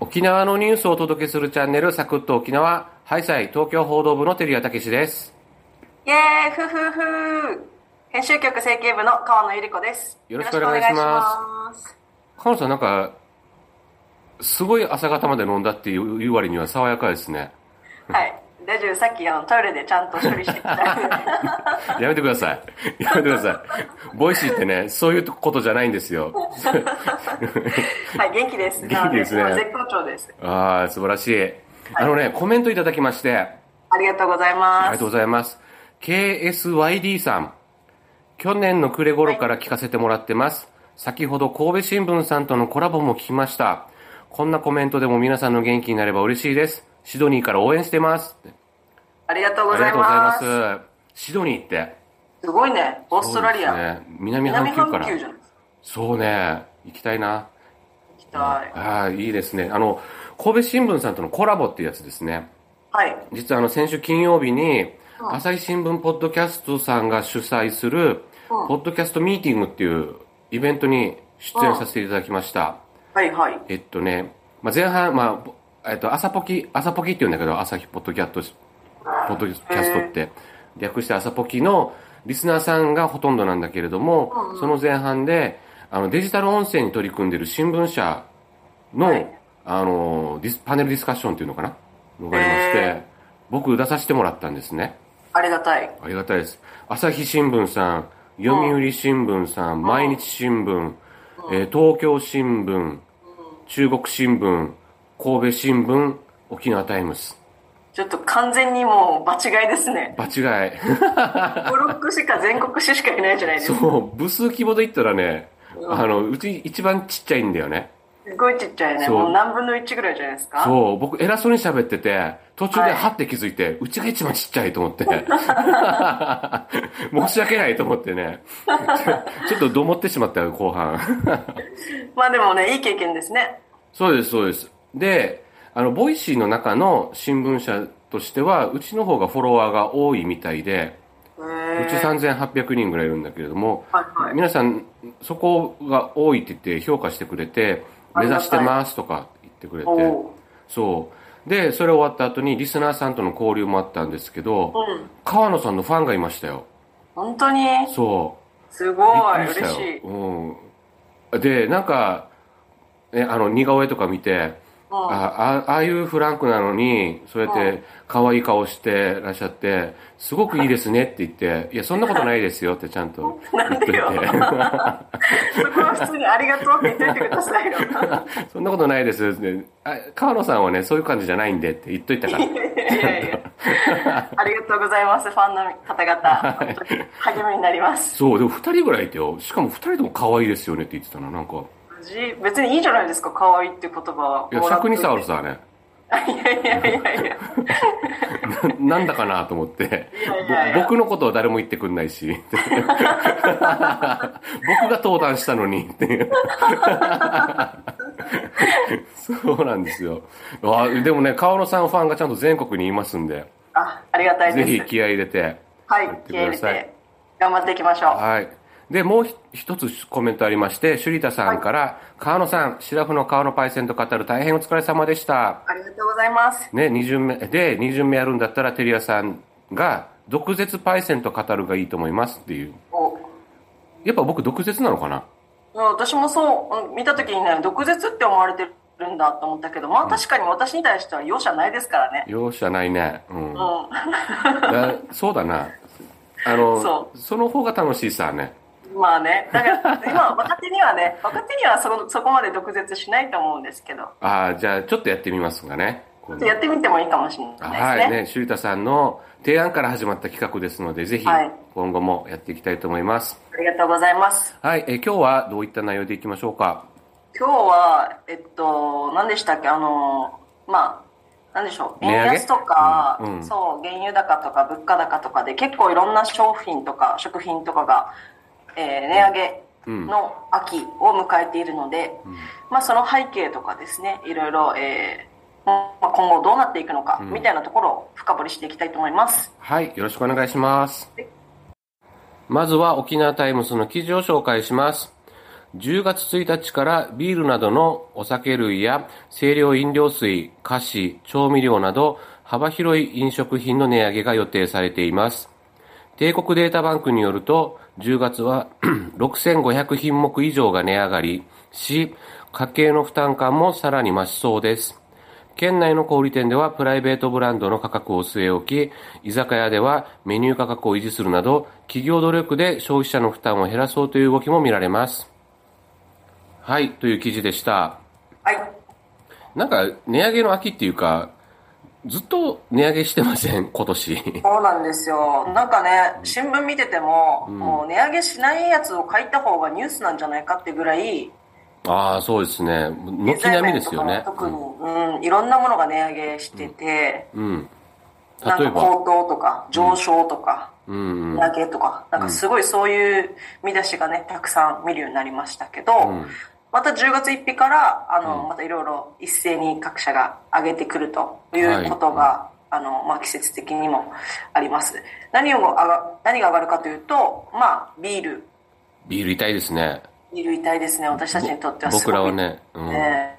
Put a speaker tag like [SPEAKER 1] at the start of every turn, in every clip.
[SPEAKER 1] 沖縄のニュースをお届けするチャンネル、サクッと沖縄、ハイサイ東京報道部の照屋武史です。
[SPEAKER 2] イエーイふふふ編集局整形部の河野ゆり子です。
[SPEAKER 1] よろしくお願いします
[SPEAKER 2] よろくお願いします。
[SPEAKER 1] カノさんなんか、すごい朝方まで飲んだっていういう割には爽やかですね。
[SPEAKER 2] はい。大丈夫さっきあのトイレでちゃんと処理して きた。
[SPEAKER 1] やめてください。やめてください。ボイシーってね、そういうことじゃないんですよ。
[SPEAKER 2] はい、元気です。
[SPEAKER 1] 元気ですね
[SPEAKER 2] なの今絶好調です。
[SPEAKER 1] ああ、素晴らしい。あのね、コメントいただきまして、
[SPEAKER 2] ありがとうござい
[SPEAKER 1] あり
[SPEAKER 2] ま
[SPEAKER 1] が
[SPEAKER 2] す
[SPEAKER 1] とう。ございます。KSYD さん。去年の暮れ頃から聞かせてもらってます。先ほど神戸新聞さんとのコラボも聞きました。こんなコメントでも皆さんの元気になれば嬉しいです。シドニーから応援してます。
[SPEAKER 2] ありがと
[SPEAKER 1] あ
[SPEAKER 2] うご
[SPEAKER 1] りが
[SPEAKER 2] ざい
[SPEAKER 1] とうござい
[SPEAKER 2] ま。
[SPEAKER 1] ますす。シドニーって。
[SPEAKER 2] すごいね。オーストラリア。
[SPEAKER 1] そうですね、南半
[SPEAKER 2] 南
[SPEAKER 1] 球
[SPEAKER 2] 半
[SPEAKER 1] から。
[SPEAKER 2] 球じゃん。行
[SPEAKER 1] そうね。行きたいな。
[SPEAKER 2] きたい。
[SPEAKER 1] ああ、いいですね。あの、神戸新聞さんとのコラボっていうやつですね。
[SPEAKER 2] はい。
[SPEAKER 1] 実はあの先週金曜日に、
[SPEAKER 2] うん
[SPEAKER 1] 朝日新聞ポッドキャストさんが主催する、
[SPEAKER 2] うん
[SPEAKER 1] ポッドキャストミーティングっていうイベントに出演させていただきました。
[SPEAKER 2] はいはい。
[SPEAKER 1] えっとね、まあ、前半、まあ、えっと、朝ポキ、朝ポキって言うんだけど、朝日ポッドキャスト、ポッドキャストって、略して朝ポキのリスナーさんがほとんどなんだけれども、
[SPEAKER 2] うんうん
[SPEAKER 1] その前半で、あの、デジタル音声に取り組んでる新聞社の、
[SPEAKER 2] はい
[SPEAKER 1] あの、ディスパネルディスカッションっていうのかなのがありまして、
[SPEAKER 2] へ
[SPEAKER 1] 僕出させてもらったんですね。
[SPEAKER 2] ありがたい。
[SPEAKER 1] ありがたいです。朝日新聞さん、読売新聞さん、毎日新聞、えー東京新聞、中国新聞、神戸新聞、沖縄タイムス。
[SPEAKER 2] ちょっと完全にもう場違いですね。
[SPEAKER 1] 場違い。
[SPEAKER 2] 5、6しか全国市しかいないじゃないですか。
[SPEAKER 1] そう、部数規模で言ったらね、あの、うち一番ちっちゃいんだよね。
[SPEAKER 2] すごいちっちゃいね。
[SPEAKER 1] そう
[SPEAKER 2] もう何分の1ぐらいじゃないですか。
[SPEAKER 1] そう、僕偉そうに喋ってて、途中
[SPEAKER 2] は
[SPEAKER 1] で
[SPEAKER 2] い
[SPEAKER 1] はって気づいて、うちが一番ちっちゃいと思 って。申し訳ないと思って ね。ちょっとどもってしまったよ、後半。
[SPEAKER 2] まあでもね、いい経験ですね。
[SPEAKER 1] そうです、そうです。で、あの、ボイシーの中の新聞社としては、うちの方がフォロワーが多いみたいで、
[SPEAKER 2] う
[SPEAKER 1] うち3800人ぐらいいるんだけれども、
[SPEAKER 2] はいはい。
[SPEAKER 1] 皆さん、そこが多いって言って評価してくれて、
[SPEAKER 2] あ
[SPEAKER 1] 目
[SPEAKER 2] り
[SPEAKER 1] 指
[SPEAKER 2] がたい
[SPEAKER 1] してますとか言ってくれて
[SPEAKER 2] お、お
[SPEAKER 1] そう。で、それ終わった後にリスナーさんとの交流もあったんですけど、
[SPEAKER 2] ー。うん。
[SPEAKER 1] 川野さんのファンがいましたよ。
[SPEAKER 2] 本当に
[SPEAKER 1] そう。
[SPEAKER 2] すごい
[SPEAKER 1] びっくり
[SPEAKER 2] 嬉
[SPEAKER 1] た
[SPEAKER 2] しい。
[SPEAKER 1] ようん、でなんか、ね、あの似顔絵とか見て、
[SPEAKER 2] うん
[SPEAKER 1] ああああいうフランクなのにそうやっ
[SPEAKER 2] う
[SPEAKER 1] て可愛い顔してらっしゃって「すごくいいですね」って言って「いやそんなことないですよ」ってちゃん と言っといて
[SPEAKER 2] なんでそこは普通にありがとうって言っといてくださいよ。
[SPEAKER 1] そんなことないです」ってあ川野さんはねそういう感じじゃないんで」って言っといたから
[SPEAKER 2] いやいやありがとうございます、ファンの方々。本当に励みになります。
[SPEAKER 1] そうでも2人ぐらいいてよしかも2人とも可愛いですよねって言ってたななんか
[SPEAKER 2] 無事別にいいじゃないですか、可愛いって言葉はい
[SPEAKER 1] や尺に触る。さね
[SPEAKER 2] いやいやいやいや。
[SPEAKER 1] ななんだかなと思って
[SPEAKER 2] やいやいや
[SPEAKER 1] ぼ僕のことは誰も言ってくんないし 僕が登壇したのにっていうそうなんですよあでもね川野さんファンがちゃんと全国にいますんで
[SPEAKER 2] あ、ありがたい
[SPEAKER 1] ぜ
[SPEAKER 2] です。
[SPEAKER 1] ひ気合い入れて
[SPEAKER 2] はい、気合い入れ
[SPEAKER 1] やって
[SPEAKER 2] て、頑張っていきましょう。
[SPEAKER 1] はいでもうひ一つコメントありまして朱里太さんから、川野さんシラフの川野パイセンと語る大変お疲れ様でした
[SPEAKER 2] ありがとうございます。
[SPEAKER 1] ね、二巡目、で、二巡目やるんだったら、テリアさんが、毒舌パイセンと語るがいいと思いますっていう。
[SPEAKER 2] お
[SPEAKER 1] やっぱ僕、毒舌なのかない
[SPEAKER 2] や私もそううん見た時にね毒舌って思われてるんだと思ったけどまあ確かに私に対しては容赦ないですからね、
[SPEAKER 1] 容赦ないね。うん。
[SPEAKER 2] うん、
[SPEAKER 1] だそうだな。あの、
[SPEAKER 2] そ
[SPEAKER 1] その方が楽しいさね。
[SPEAKER 2] まあねだから今若手にはね若手にはそこそこまで毒舌しないと思うんですけどち
[SPEAKER 1] ああ、じゃあ、ちょっとやってみますがね。
[SPEAKER 2] ょっとやってみてもいいかもしれない
[SPEAKER 1] は
[SPEAKER 2] です
[SPEAKER 1] い
[SPEAKER 2] ね
[SPEAKER 1] ね、シュリタさんの提案から始まった企画ですので、ぜひ
[SPEAKER 2] はい、
[SPEAKER 1] 今後もやっていきたいと思います。
[SPEAKER 2] ありがとうございます
[SPEAKER 1] はい、え今日はどういった内容でいきましょうか。
[SPEAKER 2] 今日はえっと何でしたっけあのまあ何でしょう
[SPEAKER 1] 値上げ
[SPEAKER 2] 円安とか、
[SPEAKER 1] うんうん
[SPEAKER 2] そう原油高とか物価高とかで結構いろんな商品とか食品とかが、えー値上げの秋を迎えているので、まあ、その背景とかですねいろいろ、えーまあ、今後どうなっていくのか
[SPEAKER 1] うん
[SPEAKER 2] みたいなところを深掘りしていきたいと思います。
[SPEAKER 1] はい、よろしくお願いします
[SPEAKER 2] はい。
[SPEAKER 1] まずは沖縄タイムスの記事を紹介します。 10月1日からビールなどのお酒類や清涼飲料水、菓子、調味料など幅広い飲食品の値上げが予定されています。帝国データバンクによると、10月は 6500品目以上が値上がりし、家計の負担感もさらに増しそうです。県内の小売店ではプライベートブランドの価格を据え置き、居酒屋ではメニュー価格を維持するなど、企業努力で消費者の負担を減らそうという動きも見られます。はい、という記事でした。
[SPEAKER 2] はい。
[SPEAKER 1] なんか、値上げの秋っていうか、ずっと値上げしてません、今年。
[SPEAKER 2] そうなんですよ。なんかね、新聞見てても、うん、もう値上げしないやつを書いた方がニュースなんじゃないかってぐらい、
[SPEAKER 1] ああ、そうですね。軒並みですよね。
[SPEAKER 2] 特に、うん、うん、いろんなものが値上げしてて、
[SPEAKER 1] うん。うん、
[SPEAKER 2] 例えば。高騰とか、上昇とか、
[SPEAKER 1] うん、
[SPEAKER 2] 値上げとか、なんかすごいそういう見出しがね、たくさん見るようになりましたけど、また10月1日から、あの、またいろいろ一斉に各社が上げてくるということが、はいあの、まあ、季節的にもあります。何をが、何が上がるかというと、まあ、ビール。
[SPEAKER 1] ビール痛いですね。
[SPEAKER 2] ビール痛いですね。私たちにとっては
[SPEAKER 1] 僕らはね。
[SPEAKER 2] うん、え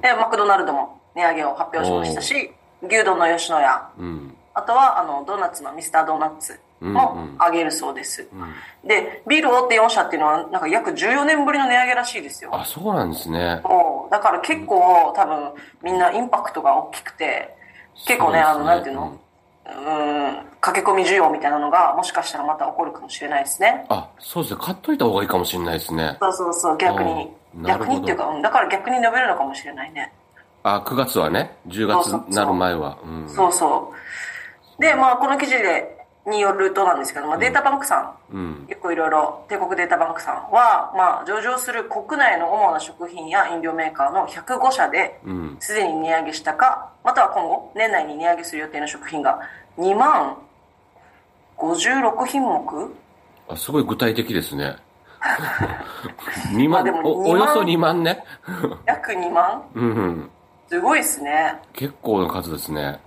[SPEAKER 2] ー、で、マクドナルドも値上げを発表しましたし、牛丼の吉野家、
[SPEAKER 1] うん、
[SPEAKER 2] あとは、あの、ドーナツのミスタードーナツも上げるそうです。うんうん、で、ビール大手4社っていうのは、なんか約14年ぶりの値上げらしいですよ。
[SPEAKER 1] あ、そうなんですね。
[SPEAKER 2] そう。だから結構、多分、みんなインパクトが大きくて、結構ね、ねあの、なんていうの、うん、うん駆け込み需要みたいなのが、もしかしたらまた起こるかもしれないですね。
[SPEAKER 1] あ、そうですね。買っといた方がいいかもしれないですね。
[SPEAKER 2] そうそうそう、逆に。逆にっていうか、うん、だから逆に伸びるのかもしれないね。
[SPEAKER 1] あ、9月はね、10月になる前は。
[SPEAKER 2] そうそうで、まあ、この記事で、によるとなんですけど、まあ、データバンクさん、うん、結構いろいろ、帝国データバンクさんは、まあ、上場する国内の主な食品や飲料メーカーの105社で、すでに値上げしたか、または今後、年内に値上げする予定の食品が2万56品目
[SPEAKER 1] あ、すごい具体的です ね。2万、2万お、およそ2万ね。
[SPEAKER 2] 約2万
[SPEAKER 1] うん。
[SPEAKER 2] すごいですね。
[SPEAKER 1] 結構な数ですね。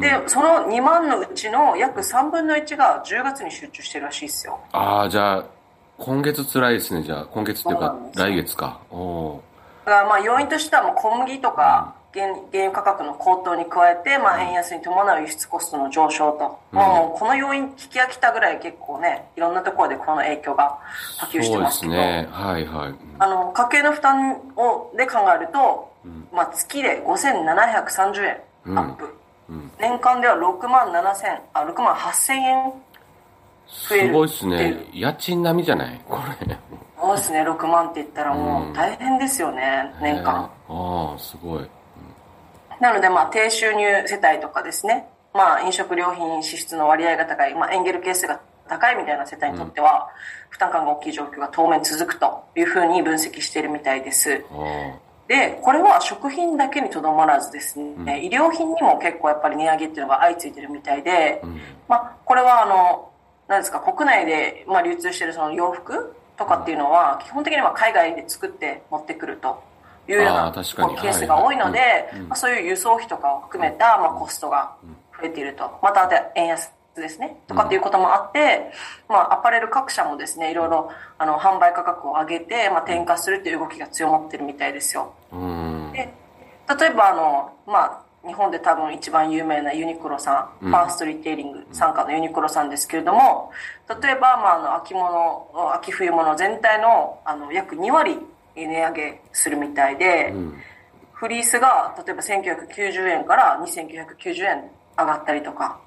[SPEAKER 2] でその2万のうちの約3分の1が10月に集中してるらしいですよ
[SPEAKER 1] ああじゃあ今月つらいですねじゃあ今月っていうか来月かおお
[SPEAKER 2] だからまあ要因としてはもう小麦とか原油価格の高騰に加えて、まあ、円安に伴う輸出コストの上昇と、うん、もうこの要因聞き飽きたぐらい結構ねいろんなところでこの影響が波及してます
[SPEAKER 1] そうですねはいはい、
[SPEAKER 2] あの家計の負担をで考えると、まあ、月で5730円アップ、うんうん、年間では6万7千あ6万8千円
[SPEAKER 1] 増えるすごいっすね家賃並みじゃないこれ
[SPEAKER 2] そうですね6万って言ったらもう大変ですよね、うん、年間
[SPEAKER 1] ああすごい、うん、
[SPEAKER 2] なのでまあ低収入世帯とかですねまあ飲食料品支出の割合が高い、まあ、エンゲル係数が高いみたいな世帯にとっては、負担感が大きい状況が当面続くというふうに分析しているみたいです、で、これは食品だけにとどまらずですね、うん、医療品にも結構やっぱり値上げっていうのが相次いでるみたいで、うん、まあ、これはあの、なんですか、国内で、まあ、流通してるその洋服とかっていうのは、基本的には海外で作って持ってくるというようなケースが多いので、まあ、そういう輸送費とかを含めた、まあ、コストが増えていると。また、円安ですね、とかっていうこともあって、うん、まあ、アパレル各社もですねいろいろあの販売価格を上げて、まあ、転嫁するという動きが強まってるみたいですよ。で例えばあの、まあ、日本で多分一番有名なユニクロさん、うん、ファーストリテイリング傘下のユニクロさんですけれども例えば、まあ、あの秋物秋冬物全体のあの約2割値上げするみたいで、うん、フリースが例えば1990円から2990円上がったりとか。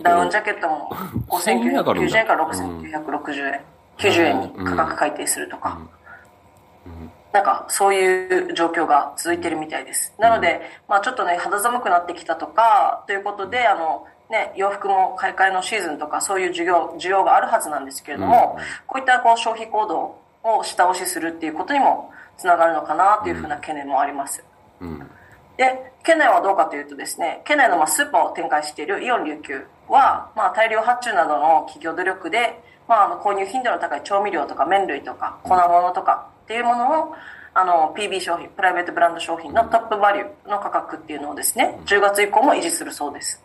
[SPEAKER 2] ダウンジャケットも5990円から6960円、90円に価格改定するとか、なんかそういう状況が続いてるみたいです。なので、まあちょっとね、肌寒くなってきたとか、ということで、あの、ね、洋服も買い替えのシーズンとかそういう需要、需要があるはずなんですけれども、こういったこう消費行動を下押しするっていうことにもつながるのかなというふうな懸念もあります。で、県内はどうかというとですね、県内のまスーパーを展開しているイオン琉球は、まあ、大量発注などの企業努力で、まあ、あの購入頻度の高い調味料とか麺類とか粉物とかっていうものを、あの、PB 商品、プライベートブランド商品のトップバリューの価格っていうのをですね、10月以降も維持するそうです。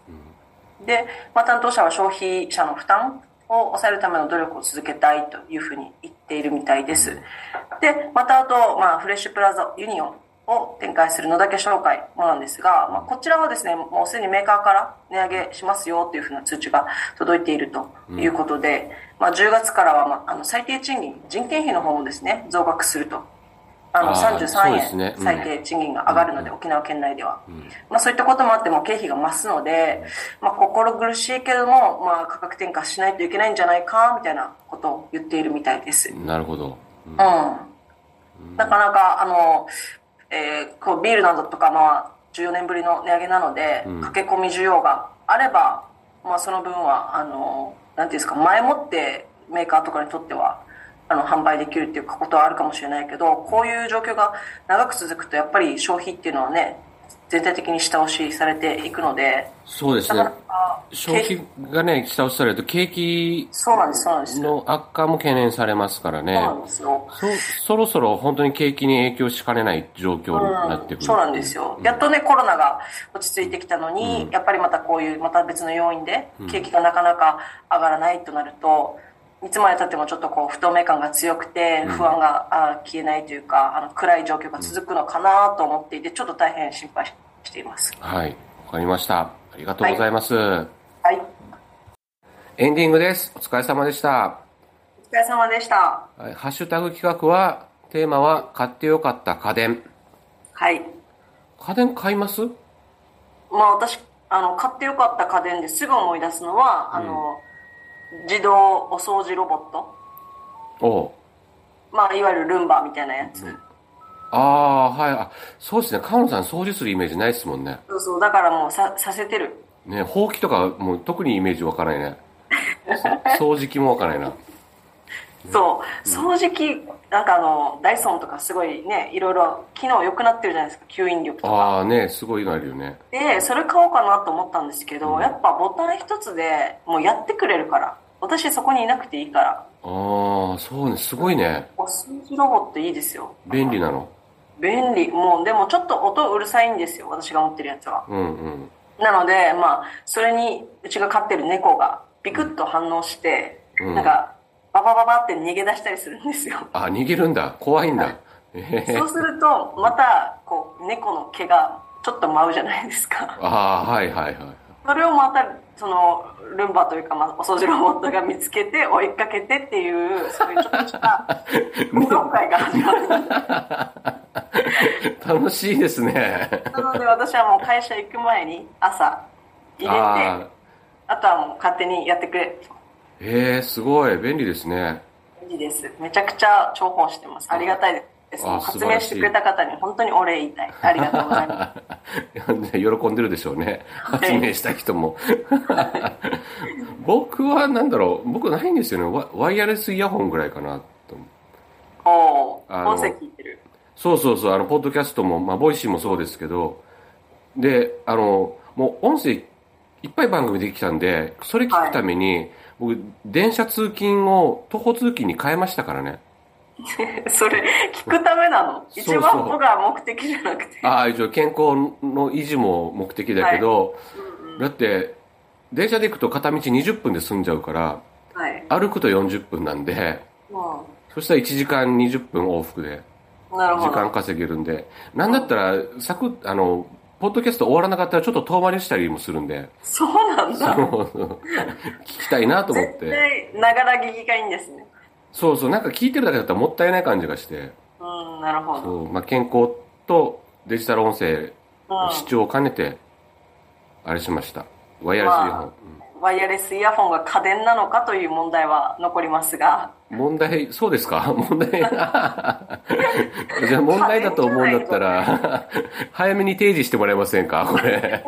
[SPEAKER 2] で、まあ、担当者は消費者の負担を抑えるための努力を続けたいというふうに言っているみたいです。で、またあと、まあ、フレッシュプラザユニオンを展開するのだけ紹介もなんですが、まあ、こちらはですね、もうすでにメーカーから値上げしますよというふうな通知が届いているということで、うん、まあ、10月からは、まあ、あの最低賃金、人件費の方もですね、増額すると。あの33円、ねうん、最低賃金が上がるので、うん、沖縄県内では、まあ、そういったこともあっても経費が増すので、まあ、心苦しいけども、まあ、価格転嫁しないといけないんじゃないかみたいなことを言っているみたいです
[SPEAKER 1] なるほど、
[SPEAKER 2] うんなかなかあのえー、こうビールなどとか、まあ、14年ぶりの値上げなので、うん、駆け込み需要があれば、まあ、その分はあのなんていうんですか前もってメーカーとかにとってはあの販売できるっていうことはあるかもしれないけどこういう状況が長く続くとやっぱり消費っていうのはね全体的に下押しされていくので
[SPEAKER 1] そうですね消費がね下押しされると景気の悪化も懸念されますからね
[SPEAKER 2] そ
[SPEAKER 1] そろそろ本当に景気に影響しかねない状況になってくる、うん、
[SPEAKER 2] そうなんですよ、やっとね、うん、コロナが落ち着いてきたのに、うん、やっぱりまたこういうまた別の要因で景気がなかなか上がらないとなると、いつまでたってもちょっとこう不透明感が強くて不安が、あ消えないというかあの暗い状況が続くのかなと思っていてちょっと大変心配しています、
[SPEAKER 1] はいわかりましたありがとうございます、はい
[SPEAKER 2] はい、
[SPEAKER 1] エンディングですお疲れ様でした
[SPEAKER 2] お疲れ様でした
[SPEAKER 1] ハッシュタグ企画はテーマは買ってよかった家電
[SPEAKER 2] はい
[SPEAKER 1] 家電買いますま
[SPEAKER 2] あ私あの買ってよかった家電ですぐ思い出すのは、あの、うん自動お掃除ロボット
[SPEAKER 1] お
[SPEAKER 2] まあいわゆるルンバみたいなやつ、うん、
[SPEAKER 1] ああはいあそうですね河野さん掃除するイメージないですもんね
[SPEAKER 2] そうそうだからもうささせてる
[SPEAKER 1] ねほうきとかもう特にイメージわからないね 掃除機もわからないな、ね、
[SPEAKER 2] そう掃除機なんかあのダイソンとかすごいねいろいろ機能良くなってるじゃないですか吸引力とか
[SPEAKER 1] ああねすごいのあるよね
[SPEAKER 2] でそれ買おうかなと思ったんですけど、うん、やっぱボタン一つでもうやってくれるから私そこにいなくていいから
[SPEAKER 1] ああそうねすごいね
[SPEAKER 2] お掃除ロボットいいですよ
[SPEAKER 1] 便利なの
[SPEAKER 2] 便利もうでもちょっと音うるさいんですよ私が持ってるやつは
[SPEAKER 1] うんうん
[SPEAKER 2] なのでまあそれにうちが飼ってる猫がビクッと反応して、うん、なんかババババって逃げ出したりするんですよ
[SPEAKER 1] あ逃げるんだ怖いんだ、
[SPEAKER 2] え ー、そうするとまたこう猫の毛がちょっと舞うじゃないです か
[SPEAKER 1] ああはいはいはい
[SPEAKER 2] それをまたそのルンバというか、まあ、お掃除ロボットが見つけて追いかけてっていうそういうちょっとした運動会が始まる
[SPEAKER 1] 楽しいですね
[SPEAKER 2] なので私はもう会社行く前に朝入れてあとはもう勝手にやってくれ
[SPEAKER 1] へえすごい便利ですね
[SPEAKER 2] 便利ですめちゃくちゃ重宝してますありがたいです発明してくれた方に本当にお礼言い たいありがとうございます
[SPEAKER 1] 喜んでるでしょうね発明した人も僕は何だろう僕ないんですよねワイヤレスイヤホンぐらいかなと
[SPEAKER 2] おお音声聞いてる
[SPEAKER 1] そうそうそうあのポッドキャストも、まあ、ボイシーもそうですけどであのもう音声いっぱい番組できたんでそれ聞くために、はい僕電車通勤を徒歩通勤に変えましたからね
[SPEAKER 2] それ聞くためなの一番僕は目的じゃなくて
[SPEAKER 1] ああ一応健康の維持も目的だけど、はいうん、だって電車で行くと片道20分で済んじゃうから、
[SPEAKER 2] はい、
[SPEAKER 1] 歩くと40分なんで、
[SPEAKER 2] うん、
[SPEAKER 1] そしたら1時間20分往復で時間稼げるんでなんだったらサクあのポッドキャスト終わらなかったらちょっと遠回りしたりもするんで。
[SPEAKER 2] そうなんだ。
[SPEAKER 1] 聞きたいなと思って。絶
[SPEAKER 2] 対、ながら聞きがいいんですね。
[SPEAKER 1] そうそう、なんか聞いてるだけだったらもったいない感じがして。
[SPEAKER 2] うん、なるほど。
[SPEAKER 1] まあ、健康とデジタル音声、視聴を兼ねて、あれしました。ワイヤレスイヤホン、ま
[SPEAKER 2] あうん。ワイヤレスイヤホンが家電なのかという問題は残りますが。
[SPEAKER 1] 問題、そうですか 問題。じゃあ問題だと思うんだったら、 早めに提示してもらえませんかこれ。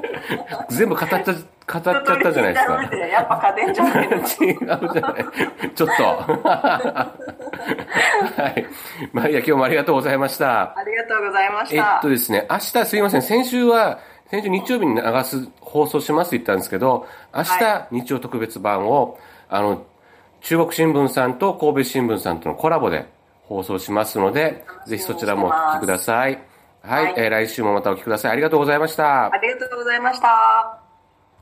[SPEAKER 1] 全部語っちゃ、語っちゃったじゃないです か。
[SPEAKER 2] やっぱ家電じゃな い違
[SPEAKER 1] うじゃない。ちょっと。はい。まあ、いや、今日もありがとうございました。
[SPEAKER 2] ありがとうございました。
[SPEAKER 1] えっとですね、明日すいません、先週は、先週日曜日に流す、放送しますって言ったんですけど、明日、はい、日曜特別版を、あの、中国新聞さんと神戸新聞さんとのコラボで放送しますので、ぜひそちらもお聞きください。はい、はい、えー、来週もまたお聞きください。ありがとうございました。
[SPEAKER 2] ありがとうございました。